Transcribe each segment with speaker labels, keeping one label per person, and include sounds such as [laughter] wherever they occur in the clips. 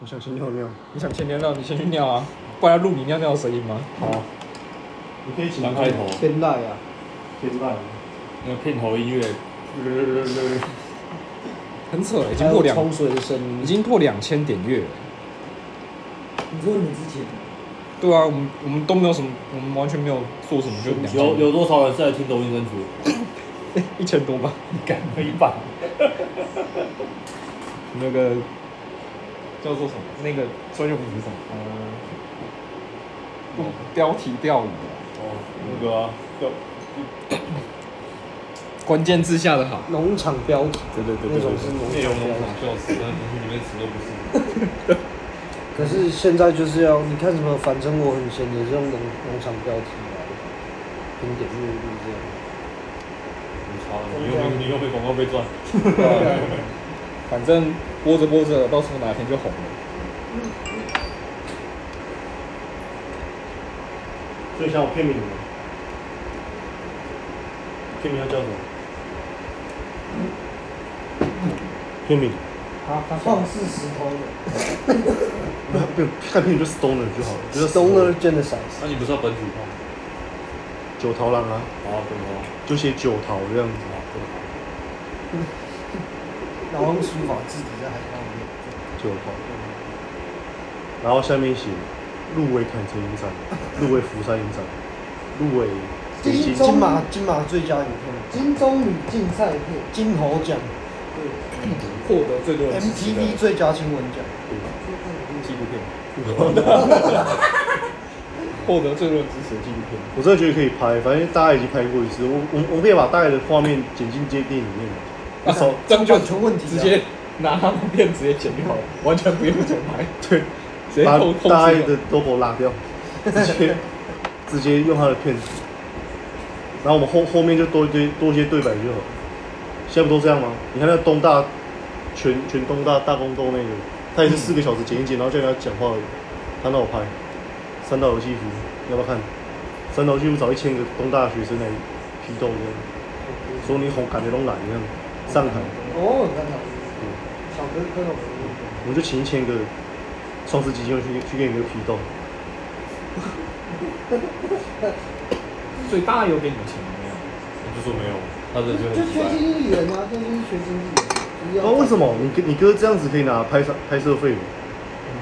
Speaker 1: 我想先尿尿。
Speaker 2: 你想先尿尿，你先去尿啊，不然要录你尿尿的声音吗？
Speaker 1: 好，
Speaker 3: 你可以请
Speaker 4: 刚开头
Speaker 1: 天籁啊，
Speaker 3: 天籁，
Speaker 4: 那个片头音乐，
Speaker 2: 很扯，已
Speaker 1: 已
Speaker 2: 经破两，
Speaker 1: 冲水的声音
Speaker 2: 已。经破两千点阅了。
Speaker 5: 你说你之前
Speaker 2: 对啊，我们我们都没有什么，我们完全没有做什么，就两
Speaker 4: 有
Speaker 2: 千
Speaker 4: 有多少人是来听抖音跟组？
Speaker 2: 一千多吧。
Speaker 4: 干了一半，
Speaker 2: 那个叫做什么？那个专业名词是什么？呃，不标题钓鱼啊，
Speaker 4: 哦，那个啊，
Speaker 2: 关键字下的 [laughs] 好。
Speaker 1: 农场标题，
Speaker 2: 对对对
Speaker 1: 那
Speaker 2: 对
Speaker 1: 种是
Speaker 2: 对。
Speaker 1: 农
Speaker 4: 内容
Speaker 1: 场
Speaker 4: 农
Speaker 1: 标题。
Speaker 4: 场笑死，但是里面词都不是。
Speaker 1: 可是现在就是要你看什么，反正我很闲，也是用农农场标题来评点阅率这样。
Speaker 4: 你操，你又没你又没广告被赚，
Speaker 2: 反正播着播着，到时候哪天就红了。
Speaker 3: 所以像我片名什么？片名要叫什么？片名，
Speaker 5: 他他旷世石头的，
Speaker 3: 不，看片名就 Stoner 就好了，就叫
Speaker 1: Stoner Genocide，
Speaker 4: 那你不是要本土化？
Speaker 3: 九桃郎啊，
Speaker 4: 好，本土化，
Speaker 3: 就写九桃这样子。
Speaker 4: 好，本土化。
Speaker 5: 然后用书法字体在海报里面，
Speaker 3: 就有跑。然后下面写入围坎城影展， [laughs] 入围釜山影展，入围北京
Speaker 1: 金
Speaker 5: 金钟
Speaker 1: 马金马最佳影片，
Speaker 5: 金棕榈竞赛片，
Speaker 1: 金猴奖
Speaker 5: 对
Speaker 2: 获得最多人支持的
Speaker 1: ，MTV 最佳新闻奖，
Speaker 2: 纪录片， [laughs] 获得最多人支持的纪录片。
Speaker 3: 我真的觉得可以拍，反正大家已经拍过一次，我我我们可以把大概的画面剪进这电影里面嘛。
Speaker 2: 那时候这样就
Speaker 5: 版权问题啊
Speaker 2: 直接拿他们片直接剪就好了，完全不用重拍，
Speaker 3: 对，
Speaker 2: 直接
Speaker 3: 把
Speaker 2: 控控
Speaker 3: 大爱
Speaker 2: 制
Speaker 3: 的 logo 拉掉，直接直接用他的片子，然后我们后后面就多一堆多一些对白就好。现在不都这样吗？你看那个东大全全东大大宫斗那个，他也是四个小时剪一剪，然后叫人家讲话而已，他让我拍三岛由纪夫，要不要看？三岛由纪夫找一千个东大的学生来批斗这样，说你红感觉拢来这样上台，
Speaker 5: 哦，你看他，小哥哥的我
Speaker 3: 我们就请一千个双十基金会去去给你们批斗。
Speaker 2: 所以大家有给你们钱没有？
Speaker 4: 你就说没有，他这就
Speaker 5: 就
Speaker 4: 很奇
Speaker 5: 学
Speaker 4: 怪。
Speaker 5: 经理人啊，就是学经理人，一
Speaker 3: 然后
Speaker 5: 样
Speaker 3: 为什么你哥你哥这样子可以拿拍摄拍摄费吗？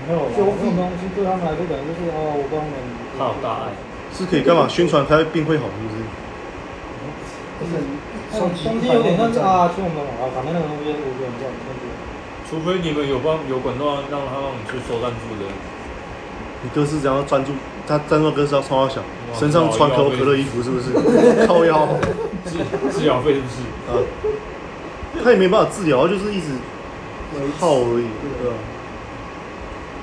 Speaker 5: 没
Speaker 2: 啊
Speaker 5: 有这种东西对他们来说，可能就是哦，我帮你们，
Speaker 4: 他有大爱，
Speaker 3: 是可以干嘛？宣传他病会好是不是？
Speaker 5: 手机东西有点像是啊，去我们啊，反正那个东西我给你叫，
Speaker 4: 除非你们有帮有管道让他让你去收赞助的，
Speaker 3: 你哥是怎样专注？他赞助哥是要穿到小，
Speaker 4: 哇
Speaker 3: 身上穿可口可乐衣服是不是？靠腰啊，
Speaker 4: 治治 [laughs] 疗费是不是？
Speaker 3: 他也没办法治疗，他就是一直啊耗而已，对吧、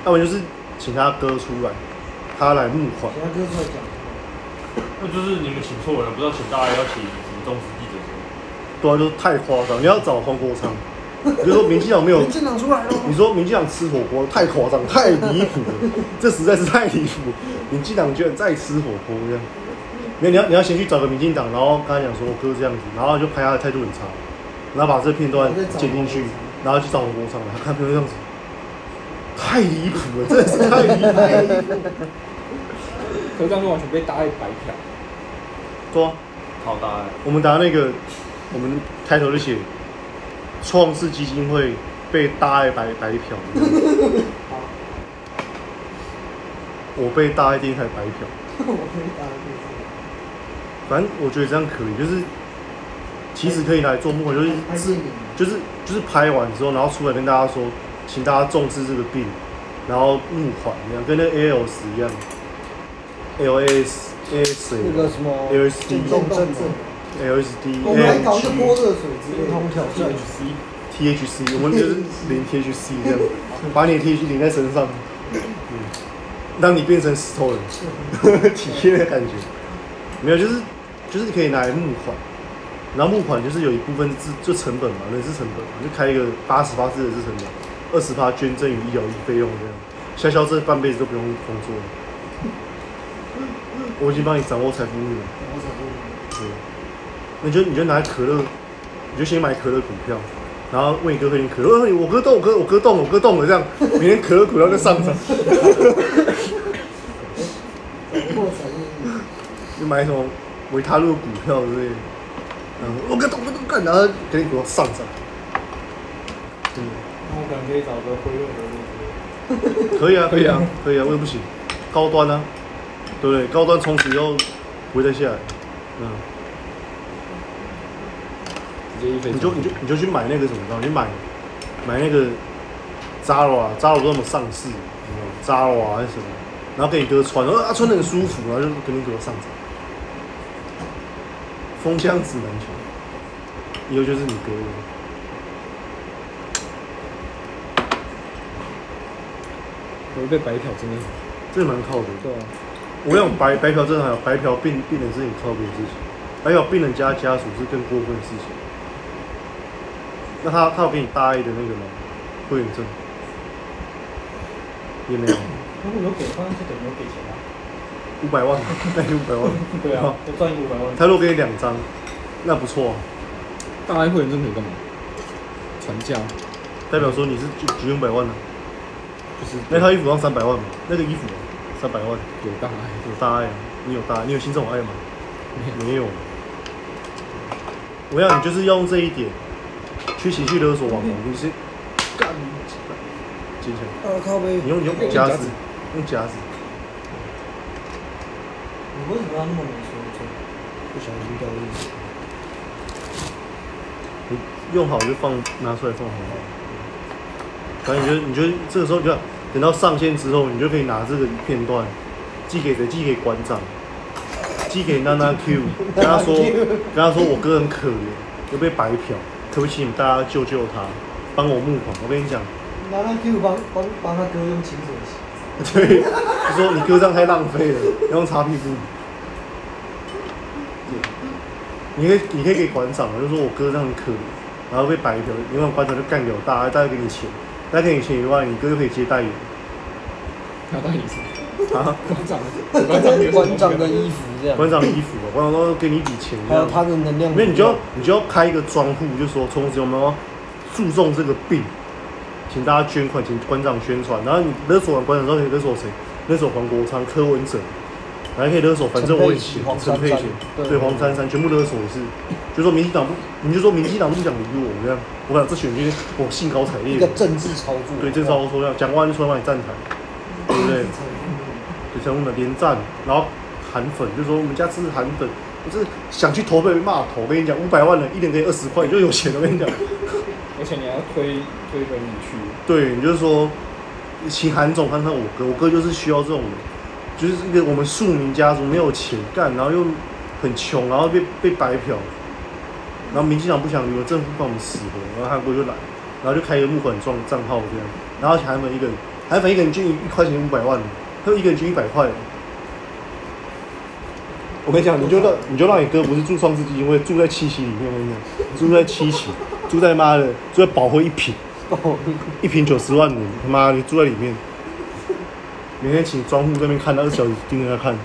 Speaker 3: 要不然就是请他哥出来，他来募款。
Speaker 5: 其他哥出来讲，
Speaker 4: 那就是你们请错人，不知道请大爱要请什么忠实记者是吗
Speaker 3: 对啊，就是太夸张。你要找黄国昌，你就说民进党没有
Speaker 5: 民进党出来了，
Speaker 3: 你说民进党吃火锅太夸张，太离谱了，这实在是太离谱。民进党居然在吃火锅这样，没有你要你要先去找个民进党，然后跟他讲说我哥这样子，然后就拍他的态度很差，然后把这片段剪进去，然后去找火锅厂，他看他这样子，太离谱了，真的是太离谱了。
Speaker 2: 可是这样就完全被大家白嫖。
Speaker 3: 对啊，
Speaker 4: 靠大爱，
Speaker 3: 我们拿那个，我们开头就写创世基金会被大爱白白嫖，
Speaker 5: [laughs]
Speaker 3: 我被大爱电台白嫖。
Speaker 5: 我可以打的
Speaker 3: 反正我觉得这样可以，就是其实可以来做募款，就是
Speaker 5: 就是
Speaker 3: 自就是就是拍完之后，然后出来跟大家说，请大家重视这个病，然后募款一样，跟那 ALS 一样，ALS ALS
Speaker 1: 那个什么
Speaker 3: LSD
Speaker 1: 减重症，
Speaker 3: LSD
Speaker 5: 我们来搞一个泼
Speaker 3: AMG
Speaker 5: 热水直接通挑战，
Speaker 3: THC，我们就是淋 THC 这样，把你的 THC 淋在身上，嗯，让你变成石头人， [laughs] 体验的感觉。没有，就是就是可以拿来募款，然后募款就是有一部分是就成本嘛，人事成本嘛，就开一个八十八是人事成本，二十八捐赠于医疗费用这样，潇潇这半辈子都不用工作了。我已经帮你掌握财富密码，对，那你就你就拿可乐，你就先买可乐股票，然后问你哥喝点可乐，哎我哥动，我哥我哥动，我哥动了 [laughs] 这样，每天可乐股票就上涨。
Speaker 5: 过程
Speaker 3: 就买什么维他露股票之类的，然后我哦跟懂不懂干，然后给你股票上涨，嗯，
Speaker 5: 那我可能可以找个会用的路子，
Speaker 3: 可以啊，可以啊，可以啊，为什么不行？高端啊，对不对？高端从此以后不会再下来，嗯，
Speaker 2: 直接一飞
Speaker 3: 你就你就你就去买那个什么，你知道你买买那个啊 Zara，Zara 都那么上市，你知道吗 Zara 啊还是什么，然后给你哥穿，然后啊穿的很舒服，然后就给你哥上涨，风箱指南球，以后就是你哥了。
Speaker 2: 我会被白嫖真的，
Speaker 3: 这蛮靠谱的。
Speaker 2: 对啊，
Speaker 3: 我跟你讲白白嫖真的还有白嫖病病人是很靠谱的事情，白嫖病人家家属是更过分的事情。那他他有给你大一的那个吗？会员证也没有，
Speaker 5: 如果有给，当然是等于有给钱啊。
Speaker 3: 五百万， [laughs] 那就五百万。
Speaker 5: 对啊，我赚五百万，
Speaker 3: 他如果给你两张，那不错、啊，
Speaker 2: 大爱会员证可以干嘛？传教，
Speaker 3: 代表说你是九九千五百万呢、啊
Speaker 2: 就是
Speaker 3: 那套衣服要三百万嘛？那个衣服三百万，
Speaker 2: 有大爱，
Speaker 3: 有大爱啊？你有大爱？你有心中有爱吗？没有。我想你就是要用这一点去情绪勒索网红，你是干坚强，
Speaker 1: 啊靠背
Speaker 3: 你，用你用
Speaker 2: 用
Speaker 3: 夹
Speaker 2: 夹
Speaker 3: 子
Speaker 2: 子，
Speaker 3: 用夹子，
Speaker 5: 你为什么要那么没水准？
Speaker 1: 不小心掉进去。
Speaker 3: 你用好就放拿出来放好不好。反正你就你就这个时候你就等到上线之后，你就可以拿这个片段寄给谁？寄给馆长， [laughs] 寄给娜娜 Q，跟他说跟他说我哥很可怜，又被白嫖，可不可以请你们大家救救他，帮我募款。我跟你讲。
Speaker 5: 拿那 Q 帮帮帮他哥用清水
Speaker 1: [laughs]
Speaker 5: 洗，
Speaker 3: [laughs] 对，就说你哥这样太浪费了，要用擦屁股。你可以，你可以给馆长，就说我哥这样很可怜，然后被白嫖，因为馆长就干掉大家，大家给你钱，大家给你钱以外，你哥就可以接代言
Speaker 2: 他到底是
Speaker 3: 啊，
Speaker 2: 馆长，馆长有什么
Speaker 1: 馆长的衣服这样，
Speaker 3: 馆长的衣服啊，馆长都给你一笔钱
Speaker 1: [laughs] 还
Speaker 3: 这
Speaker 1: 有
Speaker 3: 样，
Speaker 1: 他的能量，
Speaker 3: 没有你就要你就要开一个专户，就说从此我们要注重这个病，请大家捐款，请馆长宣传，然后你勒索完馆长之后可以勒索谁？勒索黄国昌、柯文哲，还可以勒索，反正我也钱
Speaker 1: 陈
Speaker 3: 陈
Speaker 1: 佩
Speaker 3: 佩
Speaker 1: 琪黄珊珊
Speaker 3: 贤，对黄珊珊全部勒索一次，就说民进党不，你就说民进党都不想理我这样，我感觉这选举我兴高采
Speaker 1: 一
Speaker 3: 烈
Speaker 1: 个，政治操作，
Speaker 3: 对，这招说要蒋万安出来帮你站台，对不
Speaker 1: [laughs]
Speaker 3: 对？对，陈红的连战，然后韩粉就说我们家吃韩粉，我是想去投被骂投，我跟你讲，五百万人一年给你二十块，你就有钱了，我跟你讲。
Speaker 2: 而且你还要推推给你去，
Speaker 3: 对，你就是说，请韩总看看我哥，我哥就是需要这种，就是一个我们庶民家族没有钱干，然后又很穷，然后被被白嫖，然后民进党不想理我，政府不管我们死活，然后韩国就来，然后就开一个募款账账号这样，然后韩粉一个人，韩粉一个人捐一一块钱五百万，他说一个人捐一百块。我跟你讲，你就让你就让你哥不是住双子基金会，住在七期里面，我跟你讲，住在七期，住在妈的，住在保护一品，一瓶九十万，你他妈你住在里面，每天请庄户在那边看，二十小时盯着他看，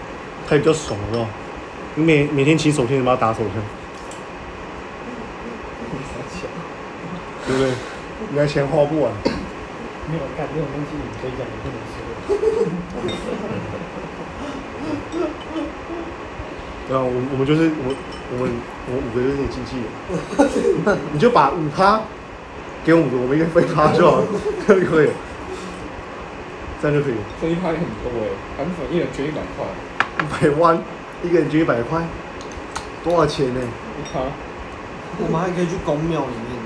Speaker 3: 他也比较爽，好不好？你每每天请手天他妈打手枪，对不对？你的钱花不完，
Speaker 5: 没有干这种东西，你可以讲，你不能说。
Speaker 3: 对啊，我我们就是我我们我们五个就是你经纪人， [laughs] 你就把五趴给我们五个，我们一人分一趴就好了， [laughs] 可以可以，这样就可以了。
Speaker 2: 这一趴也很多哎，韩粉一人捐一百块，
Speaker 3: 一百万，一个人捐一百块，多少钱呢？
Speaker 2: 一趴
Speaker 1: 我们还可以去公庙里面，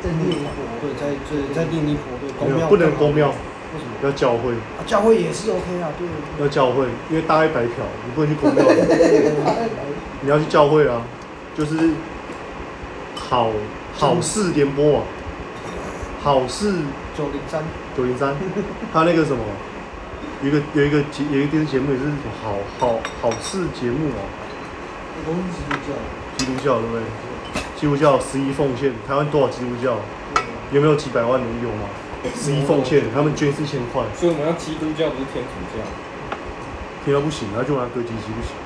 Speaker 5: 在
Speaker 1: 另
Speaker 5: 内
Speaker 1: 一
Speaker 5: 湖，
Speaker 1: 对，在对在另一坡对公
Speaker 3: 没有
Speaker 1: 庙
Speaker 3: 不能公庙，
Speaker 1: 为什么？
Speaker 3: 要教会。
Speaker 1: 啊，教会也是 OK 啊，对。
Speaker 3: 要教会，因为大爱白嫖，你不能去公 [laughs] 庙， [laughs] 你要去教会啊，就是好好事联播网，好事
Speaker 1: 九零 [laughs] 三，
Speaker 3: 九零 [laughs] 三，他那个什么，有一个有一个节有一个电视节目也是什么好好好事节目啊，
Speaker 1: 我们基督教，
Speaker 3: 基督教对不对？基督教十一奉献，台湾多少基督教？有没有几百万人有吗？十一奉献，他们捐四千块，
Speaker 2: 所以我们要基督教不是天主教，
Speaker 3: 听到不行，然后就拿割鸡鸡不行，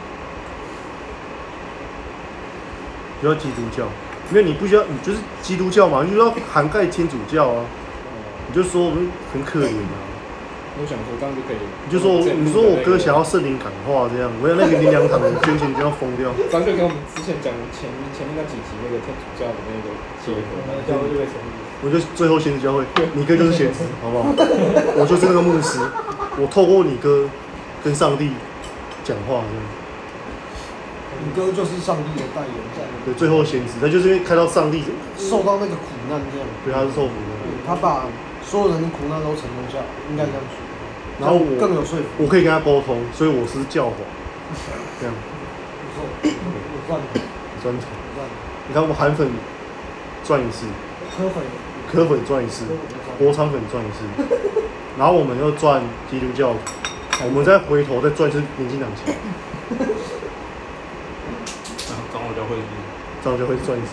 Speaker 3: 就要基督教。没有你不需要，你就是基督教嘛，你就要涵盖天主教啊，你就说我们很可怜啊，
Speaker 2: 哦我想说这样就可以。
Speaker 3: 你就说你说我哥想
Speaker 2: 要，
Speaker 3: 要圣灵感化这样，我要那个灵粮堂，我捐钱就要疯掉。
Speaker 2: 这样就跟我们之前讲前前面那几集那个天主教的那个结
Speaker 5: 我
Speaker 2: 合
Speaker 5: 们的教会就被成立。
Speaker 3: 我就最后先知教会，你哥就是先知，好不好？我就是那个牧师，我透过你哥跟上帝讲话，这
Speaker 1: 你哥就是上帝的代言
Speaker 3: 样
Speaker 1: 人，
Speaker 3: 对，最后先知，他就是因为看到上帝，
Speaker 1: 受到那个苦难这样，
Speaker 3: 对，他是受苦
Speaker 1: 嗯
Speaker 3: 的。
Speaker 1: 他把所有人的苦难都承受下来，应该这样说。
Speaker 3: 然后我
Speaker 1: 更有说服
Speaker 3: 我可以跟他沟通，所以我是教皇，这样
Speaker 1: 力，我赞同，
Speaker 3: 专程。
Speaker 1: 我赞
Speaker 3: 你看我韩粉赚一次，
Speaker 1: 同，科粉，
Speaker 3: 科粉赚一次，国产粉赚一次，然后我们又赚基督教，我们再回头再赚一次民进党钱，
Speaker 4: 然后长老教会是不是
Speaker 3: 这样就会赚一次。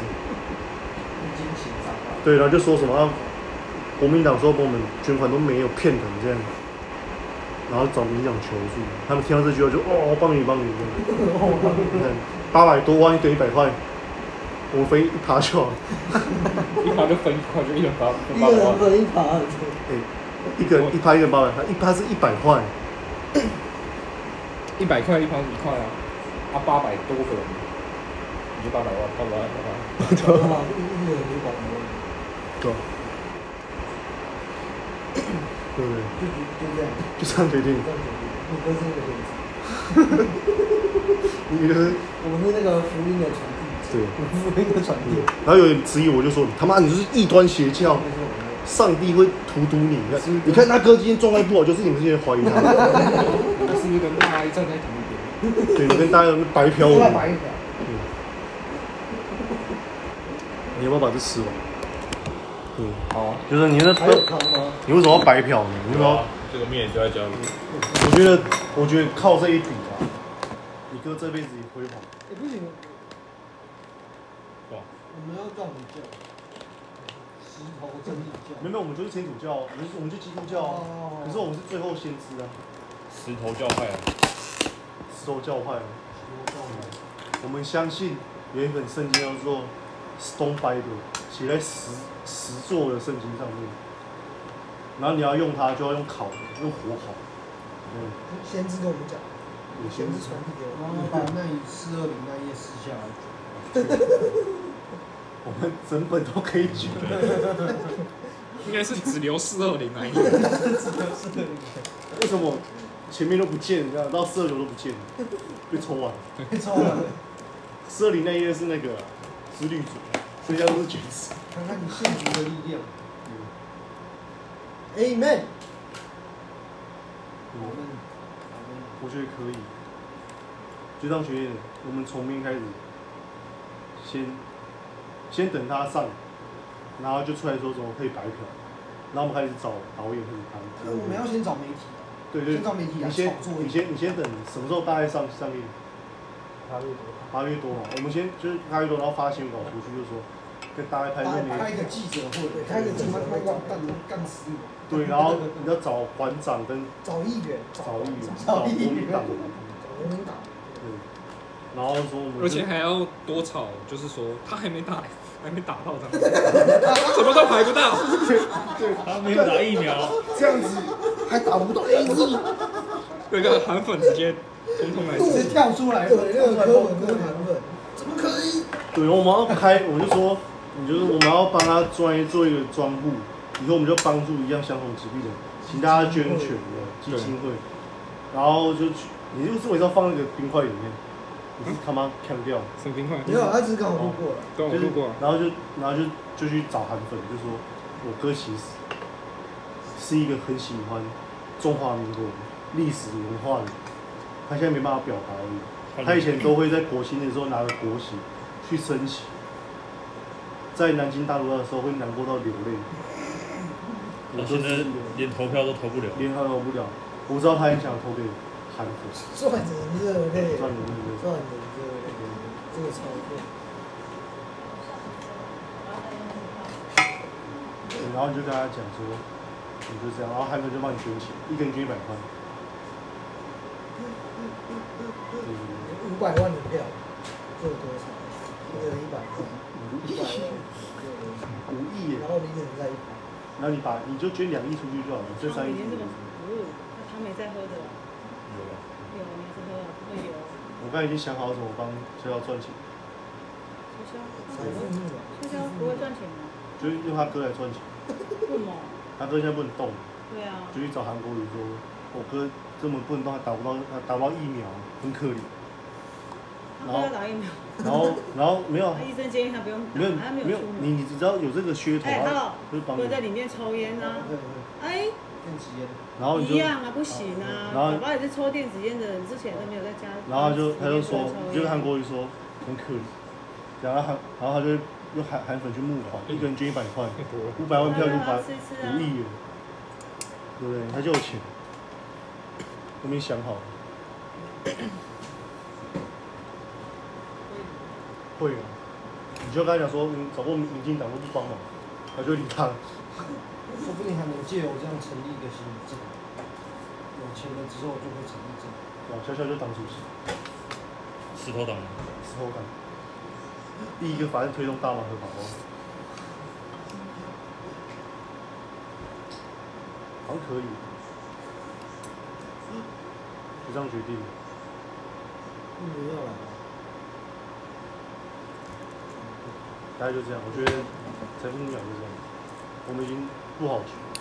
Speaker 5: 金钱长大，
Speaker 3: 对，然后就说什么、啊、国民党说我们捐款都没有骗人这样，然后找民进党求助，他们听到这句话就哦，我帮你帮你这样，你看八百多万一个一百块，我们分一趴就好，
Speaker 2: 一趴就分一块，就一人发分
Speaker 5: 一
Speaker 2: 八
Speaker 5: 个人
Speaker 2: 万。
Speaker 5: 分一盘，
Speaker 3: 哎、一个人一趴一个人八百，一趴是一百块，
Speaker 2: 一百块一趴一块啊，啊八百多个人，你就八百万，八百万，八百万。
Speaker 5: 一个人一百多，
Speaker 3: 对吧？对不对？
Speaker 5: 就就这样，
Speaker 3: 就这样决定
Speaker 5: 这，样子。你哥是那个天使，
Speaker 3: 你就是
Speaker 5: 我们是那个福音的传递
Speaker 3: 对。
Speaker 5: 者，福音的传递者。
Speaker 3: 然后有人质疑我，就说你他妈你就是异端邪教，上帝会荼毒你。你看，你看他哥今天状态不好，就是你们这些人怀疑他，
Speaker 2: 但是那个大家站在同一边，
Speaker 3: 对，你跟大家白嫖我
Speaker 5: 另外
Speaker 3: 们
Speaker 5: 买。一条，
Speaker 3: 你要不要把这吃完？嗯，
Speaker 2: 好
Speaker 5: 哦
Speaker 2: 啊，
Speaker 3: 就是你那
Speaker 5: 还有汤吗？
Speaker 3: 你为什么要白嫖呢？你为什
Speaker 4: 对
Speaker 3: 么要
Speaker 4: 啊？这个面也丢在家里。
Speaker 3: 我觉得，我觉得靠这一笔啊，你哥这辈子也辉煌。
Speaker 5: 哎，不行，
Speaker 4: 哇，
Speaker 5: 我们要断你教，石头真理
Speaker 3: 哦没有，
Speaker 5: 教。
Speaker 3: 没有，我们就是天主教啊，我们是我们就基督教啊，
Speaker 5: 哦
Speaker 3: 可是我们是最后先知啊，
Speaker 4: 石头教派啊，
Speaker 3: 石头教派啊。我们相信有一本圣经叫做《Stone Bible》，写在石石做的圣经上面。然后你要用它，就要用烤，用火烤。嗯，
Speaker 5: 先知跟我们讲，
Speaker 3: 有
Speaker 5: 先
Speaker 3: 先
Speaker 5: 知
Speaker 3: 知
Speaker 5: 传递给我
Speaker 1: 然后
Speaker 5: 们。
Speaker 1: 把那一四二零那一页撕下来，
Speaker 3: 我们整本都可以举。
Speaker 2: 应该是只留四二零
Speaker 5: [laughs]
Speaker 2: 来一
Speaker 5: 哦
Speaker 3: 为什么前面都不见，这样到四二九都不见了，被抽完。
Speaker 5: 被抽了，
Speaker 3: 四二零那一页是那个啊直立组，剩下都是卷尺。
Speaker 5: 看看你信徒的力量。Amen。我们，嗯
Speaker 3: 我觉得可以。就当学院，我们从明开始，先先等他上，然后就出来说怎么可以白嫖，然后我们开始找导演开始拍。
Speaker 5: 可是我们要先找媒体啊，
Speaker 3: 对对，
Speaker 5: 先找媒体来
Speaker 3: 你先
Speaker 5: 炒作
Speaker 3: 你
Speaker 5: 一下。
Speaker 3: 先你先等什么时候大概上上映？八月多嘛，我们先就是八月多，然后发新闻稿出去，就说跟大家拍这
Speaker 5: 啊开开
Speaker 3: 边
Speaker 5: 一个记者会，开一个记者会，干干死你！
Speaker 3: 对，然后你要找馆长跟
Speaker 5: 找议员，
Speaker 3: 找议员，找
Speaker 5: [laughs] 找
Speaker 3: 国
Speaker 5: 议
Speaker 3: 民
Speaker 5: 员，
Speaker 3: 党，
Speaker 5: 找国民党。
Speaker 3: 对，然后说我们
Speaker 2: 而且还要多吵，就是说他还没打，还没打到他，怎么都排不到。
Speaker 4: 他没有打疫苗，
Speaker 3: 这样子还打不到
Speaker 5: 哎
Speaker 3: A Z。
Speaker 2: 那个韩粉直接通通来
Speaker 5: 直
Speaker 2: 吃
Speaker 5: [laughs] 接。跳出来，对，那个柯文跟韩粉，
Speaker 3: 对，我们要开，我就说，你就是我们要帮他专业做一个专户，以后我们就帮助一样相同疾病的，请大家捐钱的基金会，然后就去，你就是我要放那个冰块里面，你是他妈看掉，
Speaker 2: 什么冰块？
Speaker 5: 没有，啊他只是刚好路过了。
Speaker 2: 跟我
Speaker 3: 就是
Speaker 2: 路过啊，
Speaker 3: 然后就然后就就去找韩粉，就说我哥其实是一个很喜欢中华民国历史文化的人，他现在没办法表达而已。他以前都会在国庆的时候拿着国旗去升旗，在南京大屠杀的时候会难过到流泪。我
Speaker 4: 到
Speaker 3: 就
Speaker 4: 现
Speaker 3: 是
Speaker 4: 在连投票都投不了。
Speaker 3: 连他都不了，我知道他很想投给韩国，
Speaker 5: 赚人热泪，
Speaker 3: 赚
Speaker 5: 赚
Speaker 3: 你
Speaker 5: 人
Speaker 3: 们
Speaker 5: 热
Speaker 3: 的。
Speaker 5: 泪，这个超过。
Speaker 3: 对然后你就跟他讲说，你就这样，然后韩国就帮你捐钱，一个人捐一百块。对对对
Speaker 5: 五百万的票做多少？一个人一百万，
Speaker 3: 嗯五亿，五亿耶
Speaker 5: 然！后明年再一盘，
Speaker 3: 然后你把你就捐两亿出去就好了，这三亿
Speaker 6: 每
Speaker 3: 出
Speaker 6: 天
Speaker 3: 去
Speaker 6: 这。个服务，那他没在喝的，
Speaker 3: 有了
Speaker 6: 有你是喝啊，会有
Speaker 3: 我刚才已经想好怎么帮学校赚钱，
Speaker 6: 促销，
Speaker 5: 财富密码，
Speaker 6: 促销不会赚钱吗？
Speaker 3: 就是用他哥来赚钱。
Speaker 6: 为什么？
Speaker 3: 他哥现在不能动，
Speaker 6: 对啊，
Speaker 3: 就去找韩国瑜说，我哥根本不能动，还打不到，还打不到疫苗，很可怜。
Speaker 6: 他不要打疫苗，
Speaker 3: 然后，然后没有
Speaker 6: 他，医生建议他不用打，
Speaker 3: 没有
Speaker 6: 他没，
Speaker 3: 没有
Speaker 6: 有出，
Speaker 3: 你
Speaker 6: 门。
Speaker 3: 你只知道有这个噱头，
Speaker 6: 哎
Speaker 3: 他
Speaker 6: ，hello，
Speaker 3: 就是帮
Speaker 6: 不
Speaker 3: 你
Speaker 6: 能，在里面抽烟啊，
Speaker 5: 对对，
Speaker 6: 哎，
Speaker 5: 电子烟，
Speaker 3: 然后你就
Speaker 6: 一，样啊，不行啊，
Speaker 3: 然后
Speaker 6: 爸爸也是抽电子烟的人，之前都没有在家，
Speaker 3: 然后他就他就说，就
Speaker 6: 抽
Speaker 3: 是
Speaker 6: 烟
Speaker 3: 韩国瑜说很可怜，然后韩，然后他就用韩韩粉去募款，一个人捐一百块，五百万票就把
Speaker 6: 吃一吃啊
Speaker 3: 五亿元，对不对？他就有钱，我没想好，会啊，你就跟他讲说，你找过民民进党都不帮忙，他就会理他，
Speaker 5: 说不定还能借由这样成立一个新的政党，有钱了之后就会成立政党。
Speaker 3: 哇，笑笑就当主席。
Speaker 4: 石头党，
Speaker 3: 石头感。第一个法案推动大麻合法化，好像可以，就这样决定。
Speaker 5: 疫苗要来了，
Speaker 3: 大概就这样，我觉得财富秒就这样，我们已经不好求，